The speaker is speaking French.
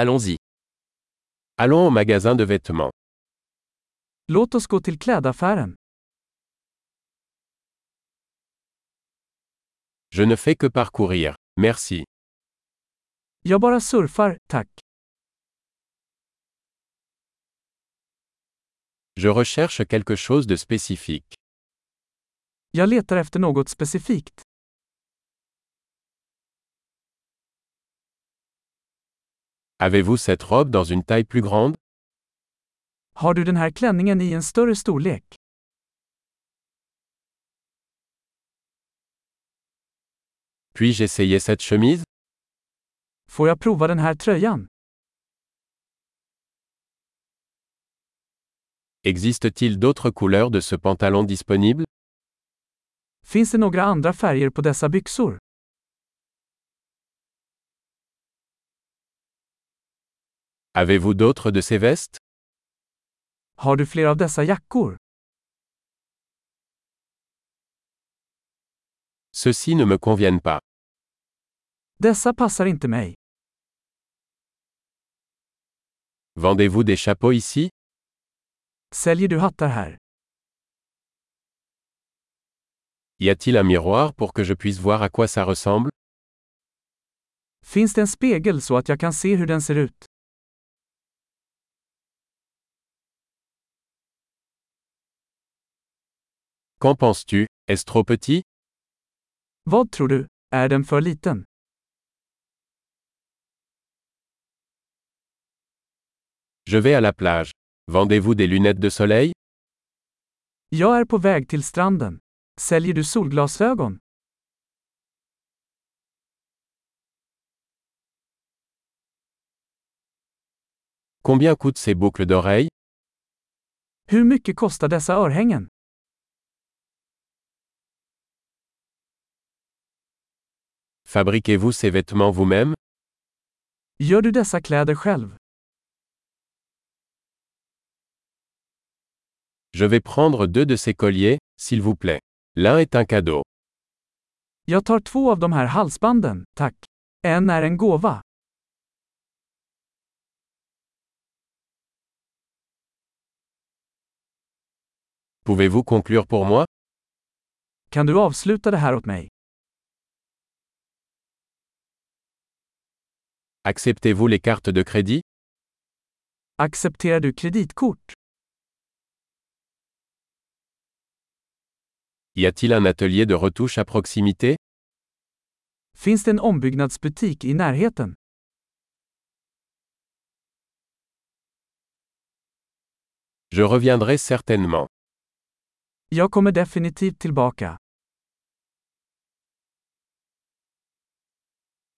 Allons-y. Allons au magasin de vêtements. Låt oss gå till klädaffären. Je ne fais que parcourir. Merci. Jag bara surfar, tack. Je recherche quelque chose de spécifique. Jag letar efter något specifikt. Avez-vous cette robe dans une taille plus grande Har du den här klänningen i en större storlek? Puis-je essayer cette chemise Får jag prova den här tröjan? Existe-t-il d'autres couleurs de ce pantalon disponible Finns det några andra färger på dessa byxor? Avez-vous d'autres de ces vestes Har du fler av dessa jackor? Ceux-ci ne me conviennent pas. Dessa passar inte mig. Vendez-vous des chapeaux ici Säljer du hattar här? Y a-t-il un miroir pour que je puisse voir à quoi ça ressemble Finns det en spegel så att jag kan se hur den ser ut? Qu'en penses-tu Est-ce trop petit Vad tror du? Är den för liten? Je vais à la plage. Vendez-vous des lunettes de soleil Jag är på väg till stranden. Säljer du solglasögon? Combien coûtent ces boucles d'oreilles Hur mycket kostar dessa örhängen? Fabriquez-vous ces vêtements vous-même Gör du dessa kläder själv? Je vais prendre deux de ces colliers, s'il vous plaît. L'un est un cadeau. Jag tar två av de här halsbanden, tack. En är en gåva. Pouvez-vous conclure pour moi Kan du avsluta det här åt mig? Acceptez-vous les cartes de crédit Accepterar du kreditkort? Y a-t-il un atelier de retouche à proximité Finns det en ombyggnadsbutik i närheten? Je reviendrai certainement. Jag kommer definitivt tillbaka.